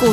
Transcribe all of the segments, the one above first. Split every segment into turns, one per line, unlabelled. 股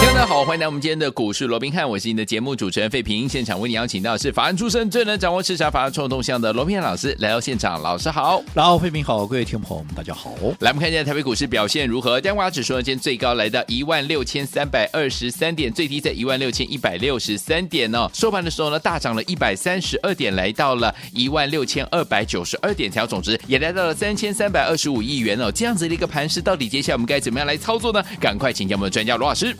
听众大家好，欢迎来我们今天的股市罗宾汉，我是你的节目主持人费平。现场为你邀请到的是法案出身、最能掌握市场法案冲动向的罗宾汉老师来到现场，老师好。
然后，费平好，各位听众朋友们，大家好。
来，我们看一下台北股市表现如何？加华指数呢，今天最高来到一万六千三百二十三点，最低在一万六千一百六十三点哦。收盘的时候呢，大涨了一百三十二点，来到了一万六千二百九十二点，调总值也来到了三千三百二十五亿元哦。这样子的一个盘势，到底接下来我们该怎么样来操作呢？赶快请教我们的专家罗老师。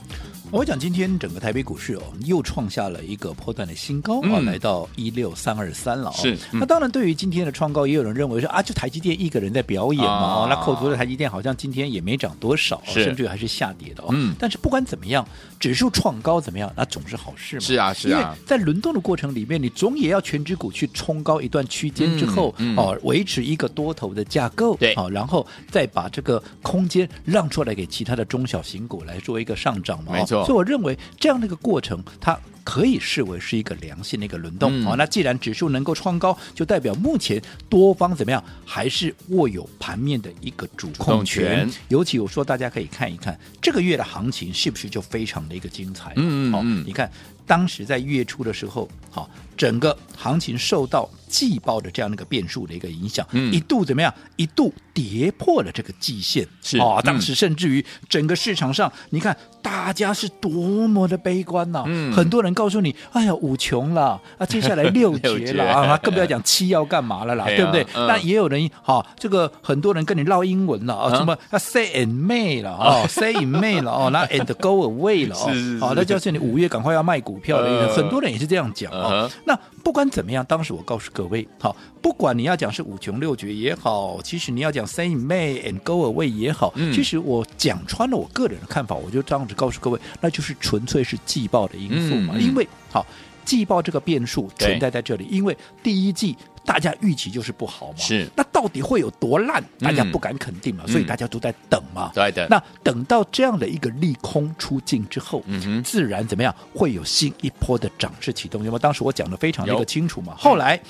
我讲今天整个台北股市哦，又创下了一个波段的新高啊、
嗯
来到一六三二三了、哦。
是嗯
那当然对于今天的创高，也有人认为说啊，就台积电一个人在表演嘛
啊
哦，那扣除了台积电，好像今天也没涨多少哦，
是
甚至于还是下跌的哦。
嗯
但是不管怎么样，指数创高怎么样，那总是好事嘛。
是啊是啊
因为在轮动的过程里面，你总也要全指股去冲高一段区间之后、
嗯嗯
哦，维持一个多头的架构，
对
好、然后再把这个空间让出来给其他的中小型股来做一个上涨嘛。哦
没错
所以我认为这样的一个过程，它。可以视为是一个良性的一个轮动、
嗯
好，那既然指数能够创高，就代表目前多方怎么样，还是握有盘面的一个主控
控权
权。尤其我说，大家可以看一看这个月的行情是不是就非常的一个精彩。
嗯嗯
好、
嗯
你看当时在月初的时候，好、整个行情受到季报的这样的一个变数的一个影响，
嗯
一度怎么样？一度跌破了这个季线，
是
哦，
嗯
当时甚至于整个市场上，你看大家是多么的悲观呐、
嗯
很多人告诉你，哎呀，五穷了啊，接下来六
六
绝
绝
了啊，更不要讲七要干嘛了啦，
哎呀
对不对？
嗯
那也有人哈、这个很多人跟你唠英文了啊，
嗯
什么啊 say and may 了哦，say and may 了哦，那 and go away 了哦，
是是是
好，那就是你五月赶快要卖股票了，
嗯
很多人也是这样讲
嗯
哦
哼。
那不管怎么样，当时我告诉各位，好，不管你要讲是五穷六绝也好，其实你要讲 say and may and go away 也好，
嗯
其实我讲穿了我个人的看法，我就当时告诉各位，那就是纯粹是季报的因素嘛，
嗯嗯
因为好。季报这个变数
对
存在在这里，因为第一季大家预期就是不好嘛，
是
那到底会有多烂，大家
嗯
不敢肯定嘛，所以
嗯
大家都在等嘛。
对的，
那等到这样的一个利空出尽之后，
嗯哼
自然怎么样会有新一波的涨势启动？因为当时我讲的非常的一
有
个清楚嘛。后来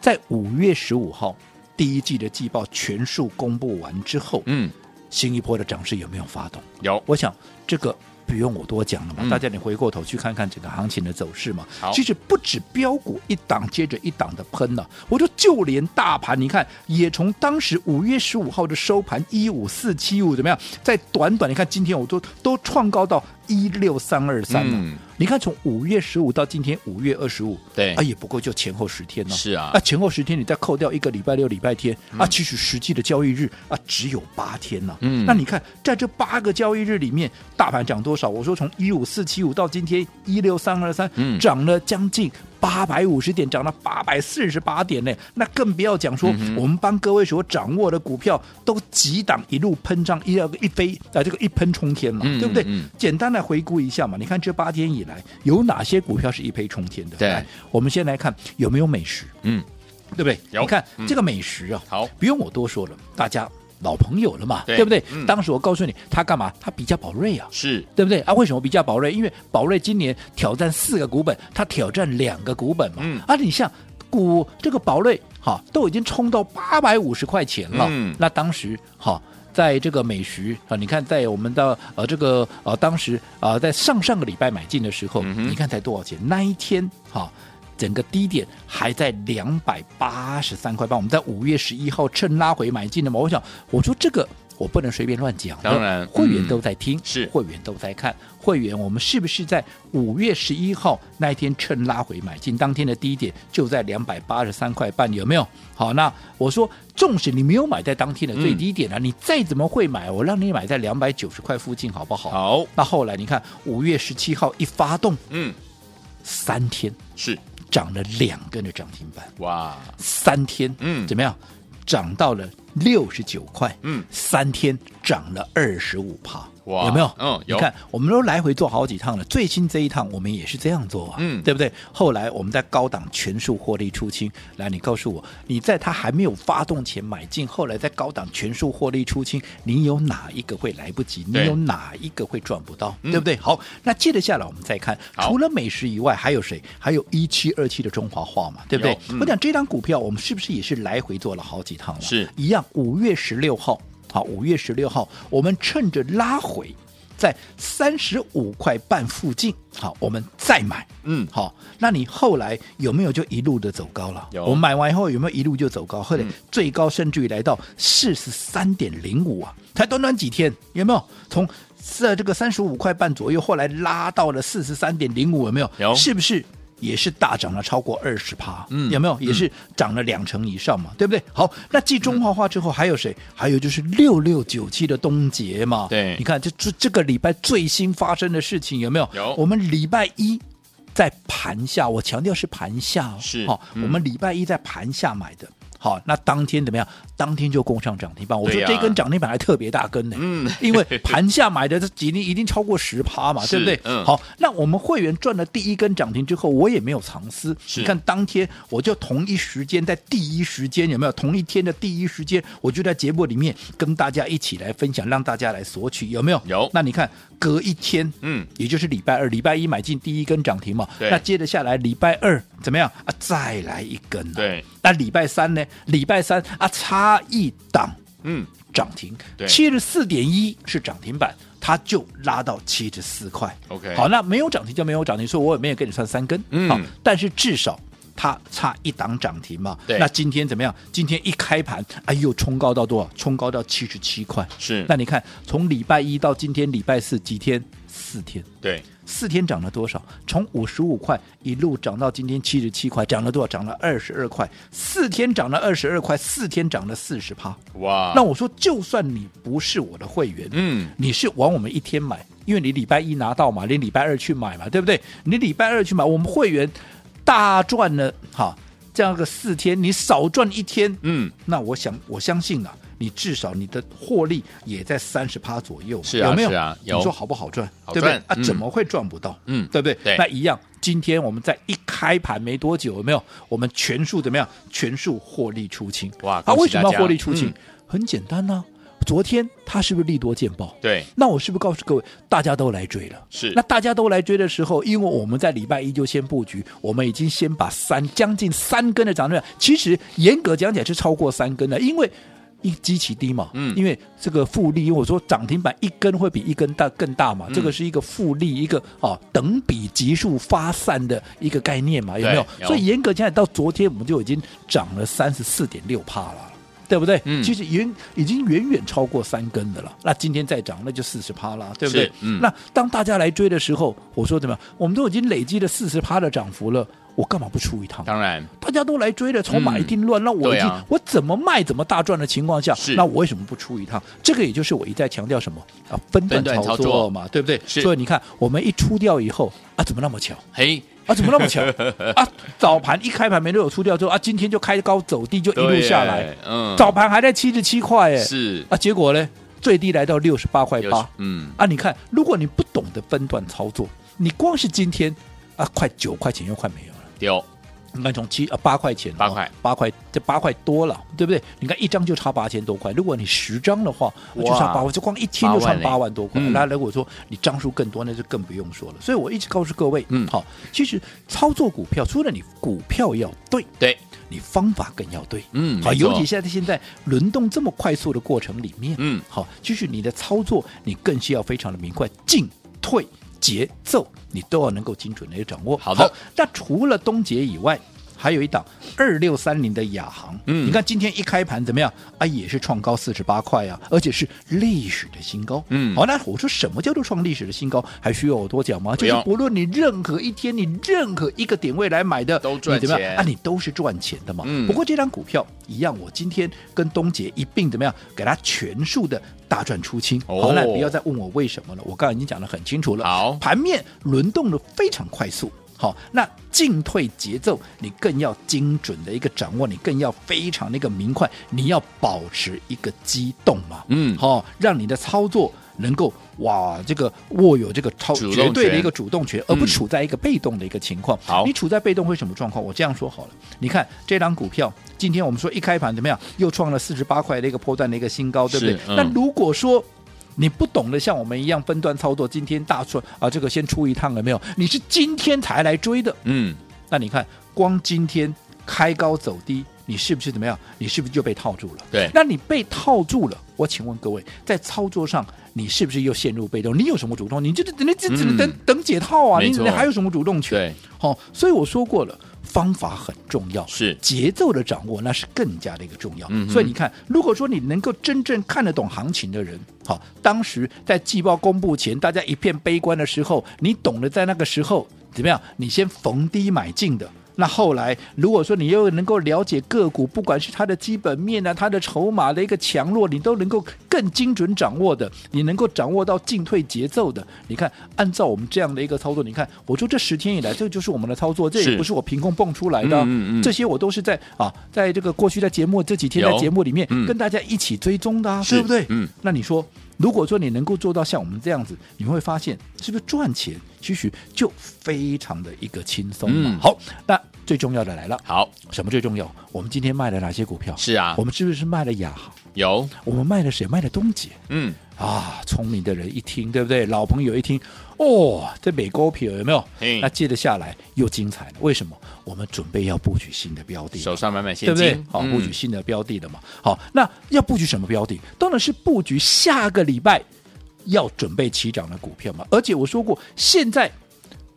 在五月十五号第一季的季报全数公布完之后，
嗯，
新一波的涨势有没有发动？
有
我想这个不用我多讲了嘛，
嗯
大家你回过头去看看整个行情的走势嘛
好。
其实不止标股一档接着一档的喷了、我说就连大盘，你看也从当时五月十五号的收盘一五四七五怎么样，在短短你看今天我都都创高到一六三二三了。
嗯
你看，从五月十五到今天五月二十五，
对
啊，也不过就前后十天呢、哎
是啊
前后十天你再扣掉一个礼拜六、礼拜天、啊，其实实际的交易日啊只有八天呢、
嗯
那你看，在这八个交易日里面，大盘涨多少？我说从一五四七五到今天一六三二三
嗯，
涨了将近。八百五十点涨了八百四十八点呢，那更不要讲
嗯
说我们帮各位所掌握的股票都几档一路喷涨，一一飞啊，这个一喷冲天了，
嗯
对不对？
嗯嗯
简单来回顾一下嘛，你看这八天以来有哪些股票是一飞冲天的？
对
来，我们先来看有没有美食，
嗯，
对不对？
有
你看、
嗯
这个美食啊，
好
不用我多说了，大家老朋友了嘛，
对
不对、
嗯
当时我告诉你，他干嘛？他比价宝瑞啊。
是
对不对啊？为什么比价宝瑞？因为宝瑞今年挑战四个股本，他挑战两个股本嘛。
嗯
啊，你像股这个宝瑞，哈，都已经冲到八百五十块钱了。
嗯
那当时哈。在这个美食啊，你看，在我们的呃这个呃当时啊、在上上个礼拜买进的时候，
嗯哼
你看才多少钱？那一天哈、整个低点还在两百八十三块半，我们在五月十一号趁拉回买进的嘛。我想，我说这个我不能随便乱讲的，
当然
会员
嗯
都在听，
是
会员都在看，会员我们是不是在五月十一号那一天趁拉回买进？当天的低点就在两百八十三块半，有没有？好，那我说，纵使你没有买在当天的最低点啊，你再怎么会买，我让你买在两百九十块附近，好不好？。
好，
那后来你看，五月十七号一发动，
嗯，
三天
是
涨了两根的涨停板，
哇，
三天，
嗯
怎么样？涨到了六十九块，
嗯
三天涨了二十五趴，
哇
有没有？
嗯有
你看我们都来回做好几趟了，最新这一趟我们也是这样做啊，
嗯
对不对？后来我们在高档全数获利出清，来，你告诉我，你在它还没有发动前买进，后来在高档全数获利出清，你有哪一个会来不及？你
对
有哪一个会赚不到？
嗯
对不对？好，那接着下来我们再看，
好
除了美食以外，还有谁？还有一七二七的中华化嘛，对不对
有？嗯
我讲这张股票，我们是不是也是来回做了好几趟了？
是
一样，五月十六号，好，五月十六号，我们趁着拉回。在三十五块半附近，好，我们再买，
嗯
好，那你后来有没有就一路的走高了？
有
我们买完以后有没有一路就走高？后来
嗯
最高甚至于来到四十三点零五啊，才短短几天，有没有？从这这个三十五块半左右，后来拉到了四十三点零五，有没有？
有
是不是？也是大涨了超过二十趴，
嗯
有没有？也是涨了两成以上嘛，对不对？好，那继中华化之后还有谁？还有就是六六九七的东杰嘛，
对
你看这这这个礼拜最新发生的事情有没有？
有
我们礼拜一在盘下，我强调是盘下哦，
是
好、
嗯
我们礼拜一在盘下买的。好，那当天怎么样？当天就攻上涨停板。我
对
说
呀
这根涨停板还特别大根呢、
嗯
因为盘下买的这几定一定超过十趴嘛，
是
对不对？
嗯
好，那我们会员赚了第一根涨停之后，我也没有藏私。
是
你看当天我就同一时间在第一时间有没有？同一天的第一时间，我就在节目里面跟大家一起来分享，让大家来索取，有没有？
有
那你看隔一天，
嗯，
也就是礼拜二，礼拜一买进第一根涨停嘛，
对
那接着下来礼拜二怎么样啊？再来一根、啊，
对，
那礼拜三呢？礼拜三啊，差一档
嗯，
涨停
对，
七十四点一是涨停板，它就拉到七十四块。
OK
好，那没有涨停就没有涨停，所以我也没有给你算三根。
嗯
好，但是至少。它差一档涨停嘛？
对
那今天怎么样？今天一开盘，哎呦，冲高到多少？冲高到七十七块。
是
那你看，从礼拜一到今天礼拜四，几天？四天。
对，
四天涨了多少？从五十五块一路涨到今天七十七块，涨了多少？涨了二十二块。四天涨了二十二块，四天涨了四十趴。
哇，
那我说，就算你不是我的会员，
啊嗯，
你是往我们一天买，因为你礼拜一拿到嘛，你礼拜二去买嘛，对不对？你礼拜二去买，我们会员大赚了哈，这样个四天，你少赚一天，
嗯，
那我想我相信啊，你至少你的获利也在三十趴左右嘛，
是啊
有没有？
是啊有
你说好不好赚？
好
对不对
赚？
啊，
嗯
怎么会赚不到？
嗯
对不对？
对
那一样。今天我们在一开盘没多久，有没有？我们全数怎么样？全数获利出清。
哇
啊，
恭喜
为什么
大
要
家
获利出清？
嗯
很简单呐、昨天它是不是利多见报？
对，
那我是不是告诉各位，大家都来追了？
是
那大家都来追的时候，因为我们在礼拜一就先布局，我们已经先把三将近三根的涨停板，其实严格讲起来是超过三根的，因为。一基期低嘛，
嗯
因为这个复利，因为我说涨停板一根会比一根大更大嘛，
嗯
这个是一个复利，一个啊等比级数发散的一个概念嘛，有没有？
对有
所以严格讲起来，到昨天我们就已经涨了三十四点六帕了。对不对？
嗯
其实远已经远远超过三根的了。那今天再涨，那就四十趴啦，对不对
是？嗯
那当大家来追的时候，我说怎么样？我们都已经累积了四十趴的涨幅了，我干嘛不出一趟？
当然
大家都来追了，筹码一定乱，那我
对
已经、
啊
我怎么卖怎么大赚的情况下
是，
那我为什么不出一趟？这个也就是我一再强调什么啊，分段
分段
操
操作
作嘛，对不对？
是
所以你看，我们一出掉以后啊，怎么那么巧？
嘿，
啊，怎么那么巧 啊？早盘一开盘没多久出掉之后啊，今天就开高走低，就一
对
路
耶
下来，，
嗯，
早盘还在七十七块哎，
是
啊，结果呢，最低来到六十八块
有
八
嗯，
啊！你看，如果你不懂得分段操作，你光是今天啊，快九块钱又快没有了。
丢，
你看从七啊八块钱了哦，
八块
八块，这八块多了，对不对？你看一张就差八千多块，如果你十张的话，
哇
就差八万，就光一天就
八万
差
嘞
八万多块。
嗯
那如果说你张数更多，那就更不用说了。所以我一直告诉各位，
嗯
好，其实操作股票，除了你股票要对，
对，
你方法更要对。
嗯，
好，
没错
尤其现在现在轮动这么快速的过程里面，
嗯
好，就是你的操作，你更需要非常的明快，进退节奏，你都要能够精准的掌握。
好的
那除了东杰以外，还有一档二六三零的亚航，
嗯
你看今天一开盘怎么样啊？也是创高四十八块啊，而且是历史的新高。
嗯
好，那我说什么叫做创历史的新高？还需要我多讲吗？
不
就是
用
不论你任何一天，你任何一个点位来买的，
都赚
你怎么样
钱
啊？你都是赚钱的嘛。
嗯
不过这张股票一样，我今天跟东杰一并怎么样，给它全数的大赚出清。
哦
好，那不要再问我为什么了，我刚才已经讲得很清楚了。
好
盘面轮动的非常快速。好，那进退节奏你更要精准的一个掌握，你更要非常的一个明快，你要保持一个机动嘛，
嗯
好、让你的操作能够哇，这个握有这个超
主动
绝对的
权
一个主动权，而不
嗯
处在一个被动的一个情况。
好
你处在被动会什么状况？我这样说好了，你看这档股票，今天我们说一开盘怎么样，又创了四十八块的一个波段的一个新高，对不对
是？嗯
那如果说你不懂得像我们一样分段操作，今天大赚啊，这个先出一趟了没有？你是今天才来追的，
嗯，
那你看光今天开高走低，你是不是怎么样？你是不是就被套住了？
对
那你被套住了，我请问各位，在操作上你是不是又陷入被动？你有什么主动？你就是等你只只
嗯
能等、等解套啊，
没
你
错
你还有什么主动权？
对，
好、所以我说过了，方法很重要，
是
节奏的掌握，那是更加的一个重要。
嗯哼
所以你看，如果说你能够真正看得懂行情的人，好、当时在季报公布前，大家一片悲观的时候，你懂得在那个时候怎么样，你先逢低买进的。那后来，如果说你又能够了解个股，不管是它的基本面啊，它的筹码的一个强弱，你都能够更精准掌握的，你能够掌握到进退节奏的。你看，按照我们这样的一个操作，你看，我说这十天以来，这就是我们的操作，这
是
也不是我凭空蹦出来的啊、
嗯嗯嗯
这些我都是在啊，在这个过去在节目这几天在
有
节目里面、
嗯
跟大家一起追踪的、啊，
是
对不对？
嗯，
那你说，如果说你能够做到像我们这样子，你会发现是不是赚钱其实就非常的一个轻松嘛？
嗯
好，那最重要的来了，
好，
什么最重要？我们今天卖了哪些股票？
是啊
我，们是不是卖了亚航？
有，
我们卖了谁？卖了东杰。
嗯，
啊，聪明的人一听，对不对？老朋友一听，哦，这美高票有没有
嘿？
那接着下来又精彩了。为什么？我们准备要布局新的标的了，
手上满满
对
现
不对
金，？
好，
嗯
布局新的标的的嘛。好，那要布局什么标的？当然是布局下个礼拜要准备起涨的股票嘛。而且我说过，现在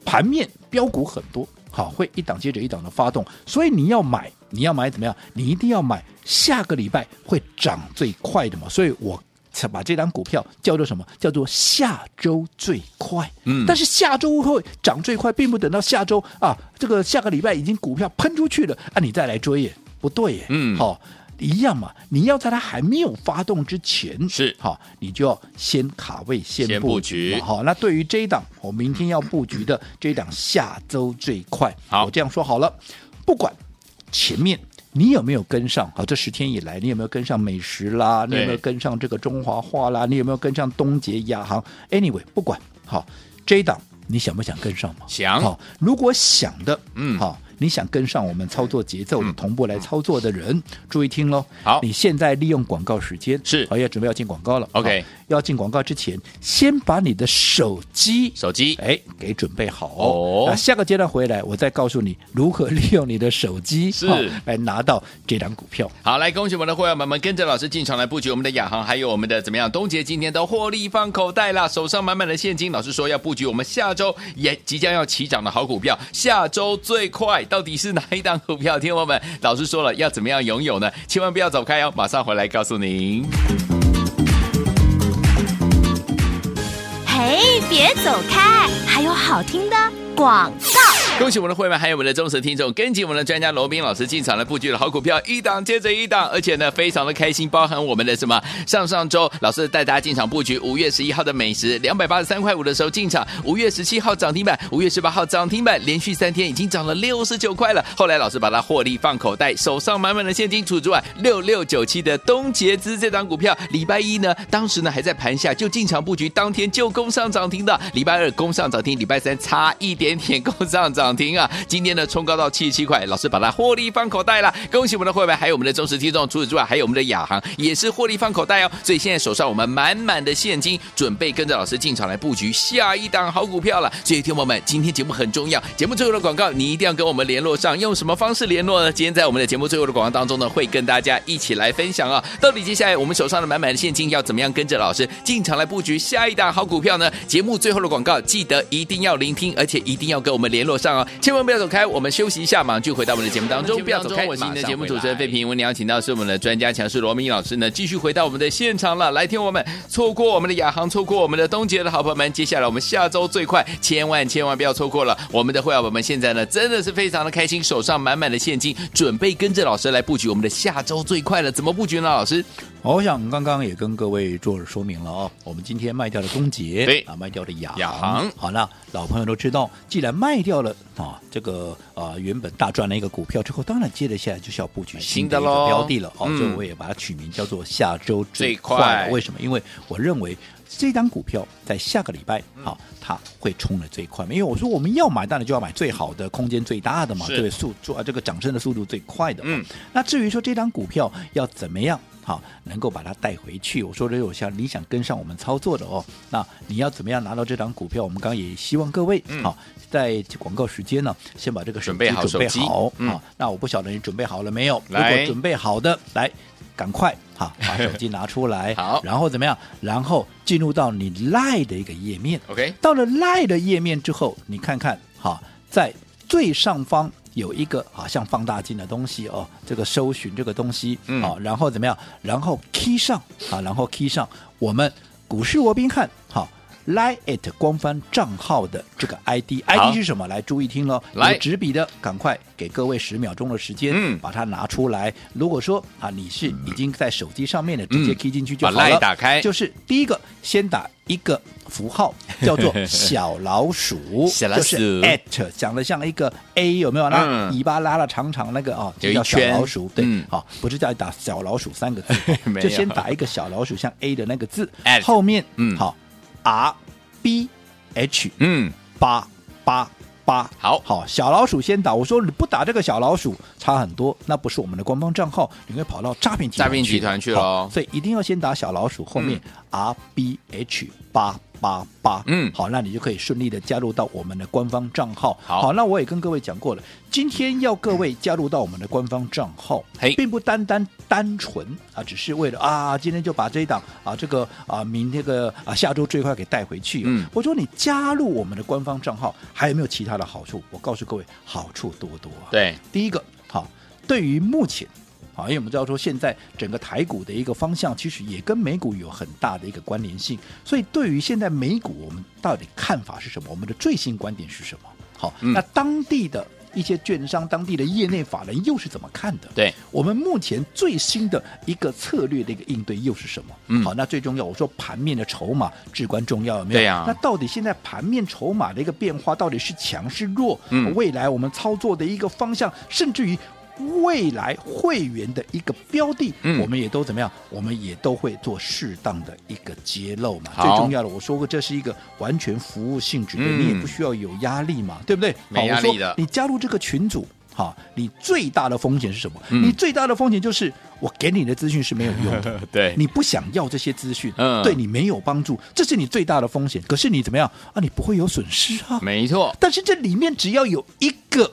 盘面标股很多，好，会一档接着一档的发动，所以你要买，你要买怎么样？你一定要买下个礼拜会涨最快的嘛。所以我。把这档股票叫做什么？叫做下周最快。
嗯
但是下周会涨最快，并不等到下周啊，这个下个礼拜已经股票喷出去了啊，你再来追耶，不对耶。
嗯
好、一样嘛，你要在它还没有发动之前，
是
好、你就要先卡位，
先
先
布
布
局
局嘛。好、那对于这一档，我明天要布局的这一档，下周最快。
好
我这样说好了，不管前面。你有没有跟上？好，这十天以来，你有没有跟上美食啦？你有没
对
有跟上这个中华化啦？你有没有跟上东杰亚航？Anyway，不管好，这一档你想不想跟上嘛？
想
好，如果想的，
嗯
好，你想跟上我们操作节奏、
嗯
同步来操作的人，注意听喽。
好
你现在利用广告时间
是
好，要准备要进广告了。
OK
好要进广告之前，先把你的手机。
手机，
哎，给准备好
哦
哦。那下个阶段回来，我再告诉你如何利用你的手机
是
好来拿到这档股票。
好，来恭喜我们的会员们们跟着老师进场来布局我们的亚航，还有我们的怎么样？东杰今天都获利放口袋啦，手上满满的现金。老师说要布局我们下周也即将要起涨的好股票，下周最快到底是哪一档股票？听众朋友们，老师说了要怎么样拥有呢？千万不要走开哦，马上回来告诉您。
嘿，别走开，还有好听的广告。
恭喜我们的会员，还有我们的忠实听众，跟紧我们的专家罗斌老师进场来布局的好股票，一档接着一档，而且呢非常的开心，包含我们的什么？上上周老师带大家进场布局五月十一号的美食两百八十三块五的时候进场，五月十七号涨停板，五月十八号涨停板，连续三天已经涨了六十九块了。后来老师把它获利放口袋，手上满满的现金，除之外六六九七的东杰资这档股票，礼拜一呢，当时呢还在盘下就进场布局，当天就攻上涨停的，礼拜二攻上涨停，礼拜三差一点点攻上涨停啊！ 今天呢冲高到七十七块，老师把它获利放口袋了，恭喜我们的会员，还有我们的忠实听众。除此之外，还有我们的亚航也是获利放口袋哦。所以现在手上我们满满的现金，准备跟着老师进场来布局下一档好股票了。所以听众朋友们，今天节目很重要，节目最后的广告你一定要跟我们联络上，用什么方式联络呢？今天在我们的节目最后的广告当中呢，会跟大家一起来分享啊、到底接下来我们手上的满满的现金要怎么样跟着老师进场来布局下一档好股票呢？节目最后的广告记得一定要聆听，而且一定要跟我们联络上哦，千万不要走开，我们休息一下，马上就回到我们的节目当中，不要走开。我是您的节目主持人费平，我们邀请到是我们的专家强势罗明老师呢，继续回到我们的现场了。来，听我们错过我们的亚航，错过我们的东杰的好朋友们，接下来我们下周最快，千万千万不要错过了。我们的会员宝宝们现在呢，真的是非常的开心，手上满满的现金，准备跟着老师来布局我们的下周最快了。怎么布局呢？老师，
好我想刚刚也跟各位做说明了哦，我们今天卖掉了东杰，
对
啊，卖掉了亚
亚航
好，那老朋友都知道，既然卖掉了啊，这个啊原本大赚了一个股票之后，当然接着下来就是要布局
新
新
的
的一
咯
个标的了哦，
嗯
所以我也把它取名叫做下周
最
最
快
快。为什么？因为我认为这张股票在下个礼拜
嗯
好、它会冲的最快，因为我说我们要买，当然就要买最好的、空间最大的嘛，
是
对，速做这个涨升的速度最快的嘛。
嗯
那至于说这张股票要怎么样？好，能够把它带回去。我说，如果想你想跟上我们操作的哦，那你要怎么样拿到这张股票？我们刚刚也希望各位好、
嗯
在广告时间呢，先把这个手
准
机
备好
准备
手机
好
嗯
啊。那我不晓得你准备好了没有？如
来
果准备好的，来，赶快哈，把手机拿出 来，
好
然后怎么样？然后进入到你 Line 的一个页面，
OK，
到了 Line 的页面之后，你看看哈，在最上方有一个好像放大镜的东西哦，这个搜寻这个东西，
嗯
好、然后怎么样？然后 key 上啊，然后 key 上我们股市罗宾汉好。Line at 官方账号的这个 ID，ID
好
是什么？来注意听喽，
来
有纸笔的，赶快给各位十秒钟的时间，
嗯
把它拿出来。如果说啊，你是已经在手机上面的，直接
嗯
key 进去就
把
好了。
赖打开，，
就是第一个先打一个符号，叫做小老鼠
小老鼠
就是 at 讲的像一个 a 有没有？那
嗯
尾巴拉了长长那个啊，
有
就
一
叫小
圈
老鼠，对
嗯，，
好、不是叫打小老鼠三个字 哦
没有
就先打一个小老鼠，像 a 的那个字
at，
后面
嗯
好 r b h
嗯，
八八八。
好
好，小老鼠先打。我说你不打这个小老鼠差很多，那不是我们的官方账号，你会跑到诈骗集团
诈骗集团去了哦
好所以一定要先打小老鼠，后面 R B H 八八八。
嗯
好，那你就可以顺利的加入到我们的官方账号。
好
那我也跟各位讲过了，今天要各位加入到我们的官方账号
嗯嘿，
并不单单单纯啊，只是为了啊，今天就把这一档啊，这个啊，明这个啊，下周最快给带回去哦。
嗯
我说你加入我们的官方账号，还有没有其他的好处？我告诉各位，好处多多啊。，
对，
第一个好，对于目前。好，因为我们知道说，现在整个台股的一个方向，其实也跟美股有很大的一个关联性。所以，对于现在美股，我们到底看法是什么？我们的最新观点是什么？好，
嗯
那当地的一些券商、当地的业内法人又是怎么看的？
对，
哎我们目前最新的一个策略的一个应对又是什么？
嗯
好，那最重要，我说盘面的筹码至关重要，有没有？
对呀
那到底现在盘面筹码的一个变化到底是强是弱？
嗯
未来我们操作的一个方向，甚至于。未来会员的一个标的，
嗯
我们也都怎么样？我们也都会做适当的一个揭露嘛。
好
最重要的，我说过，这是一个完全服务性质的，
嗯
你也不需要有压力嘛，对不对？
没
好
压
我说
力的
你加入这个群组。好，你最大的风险是什么？
嗯，
你最大的风险就是我给你的资讯是没有用的
对
你不想要这些资讯，
嗯
对你没有帮助，这是你最大的风险。可是你怎么样啊？你不会有损失啊，
没错，
但是这里面只要有一个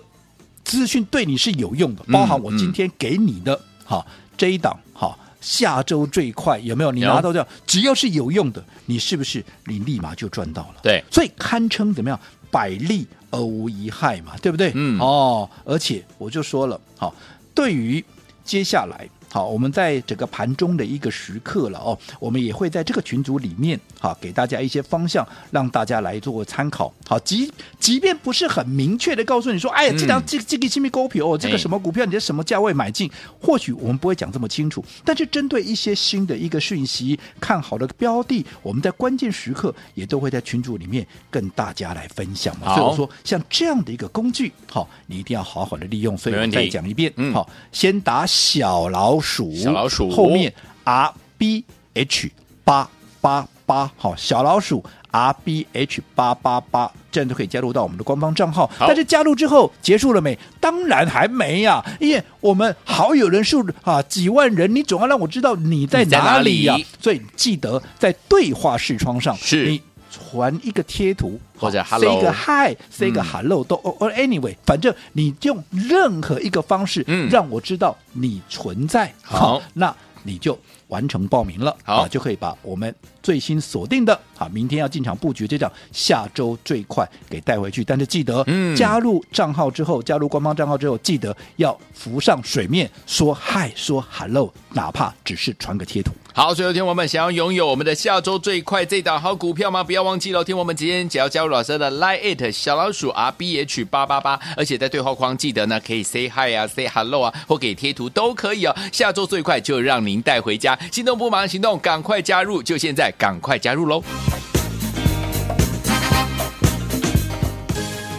资讯对你是有用的，
嗯
包含我今天给你的，好、这一档，好、下周最快有没有？你
有
拿到这样，只要是有用的，你是不是你立马就赚到了？
对
所以堪称怎么样，百利而无一害嘛，对不对？
嗯
哦，而且我就说了，好、对于接下来。好，我们在整个盘中的一个时刻了哦，我们也会在这个群组里面，好给大家一些方向，让大家来做个参考。好，即即便不是很明确的告诉你说，哎呀，这张
嗯
这这个新密股票哦，这
哎
个什么股票，你在什么价位买进，或许我们不会讲这么清楚，但是针对一些新的一个讯息，看好的标的，我们在关键时刻也都会在群组里面跟大家来分享嘛。
好
所以我说，像这样的一个工具，好，你一定要好好的利用。所以
没
我
问题
再讲一遍，
嗯
好，先打小老鼠，
小老鼠
后面 R B H 八八八，好，小老鼠 R B H 八八八，这样就可以加入到我们的官方账号。
好
但是加入之后结束了没？当然还没呀、因为我们好友人数啊几万人，你总要让我知道你在
你在哪
哪里呀、
里
所以记得在对话视窗上，
是
你传一个贴图
或者
好
hello
say 个 hi，say 个
嗯
hello 都 or anyway，反正你用任何一个方式
嗯
让我知道你存在，
好
那你就完成报名了，
好
啊就可以把我们最新锁定的啊，明天要进场布局这档，下周最快给带回去。但是记得，
嗯
加入账号之后，加入官方账号之后，记得要浮上水面，说嗨，说 hello，哪怕只是传个贴图。
好，所有听众朋友们想要拥有我们的下周最快这档好股票吗？不要忘记了，听我们今天只要加入老师的 Line It 小老鼠 R B H 八八八，而且在对话框记得呢可以 Say Hi 啊，Say Hello 啊，或给贴图都可以哦。下周最快就让您带回家。心动不忙行动，赶快加入，就现在，赶快加入喽！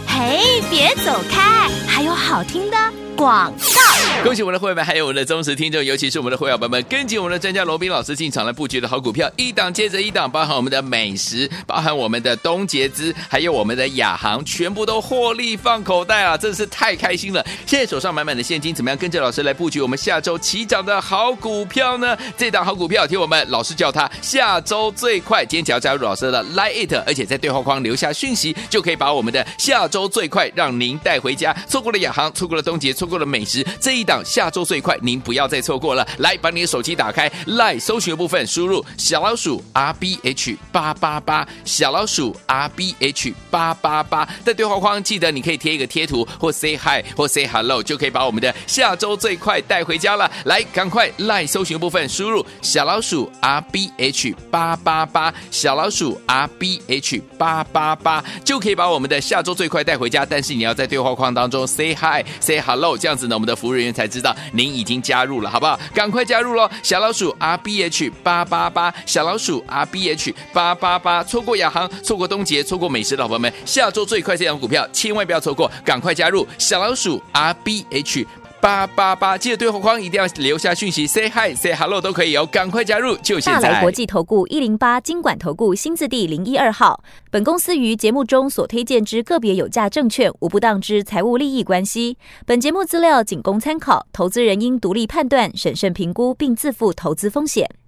嘿，别走开，还有好听的广告。
恭喜我们的会员们，还有我们的忠实听众，尤其是我们的会员宝宝们，跟紧我们的专家罗宾老师进场来布局的好股票，一档接着一档，包含我们的美食，包含我们的东杰资，还有我们的亚航，全部都获利放口袋啊！真是太开心了！现在手上满满的现金，怎么样跟着老师来布局我们下周起涨的好股票呢？这档好股票，听我们老师叫它下周最快，今天只要加入老师的 Line It，而且在对话框留下讯息，就可以把我们的下周最快让您带回家。错过了亚航，错过了东杰，错过了美食，这一档下周最快，您不要再错过了。来，把你的手机打开，Line 搜寻的部分输入小老鼠 R B H 八八八，小老鼠 R B H 八八八，在对话框记得你可以贴一个贴图或 Say Hi 或 Say Hello，就可以把我们的下周最快带回家了。来，赶快 Line 搜寻的部分输入小老鼠 R B H 八八八，小老鼠 R B H 八八八，就可以把我们的下周最快带回家。但是你要在对话框当中 Say Hi Say Hello，这样子呢，我们的服务人员才知道您已经加入了，好不好？赶快加入喽！小老鼠 R B H 八八八，小老鼠 R B H 八八八，错过亚航，错过东杰，错过美食的老朋友们，下周最快这档股票千万不要错过，赶快加入小老鼠 R B H。八八八，记得对话框一定要留下讯息，say hi say hello 都可以哦，赶快加入，就现
大
在！
来国际投顾一零八金管投顾新字第零一二号。本公司于节目中所推荐之个别有价证券，无不当之财务利益关系。本节目资料仅供参考，投资人应独立判断、审慎评估，并自负投资风险。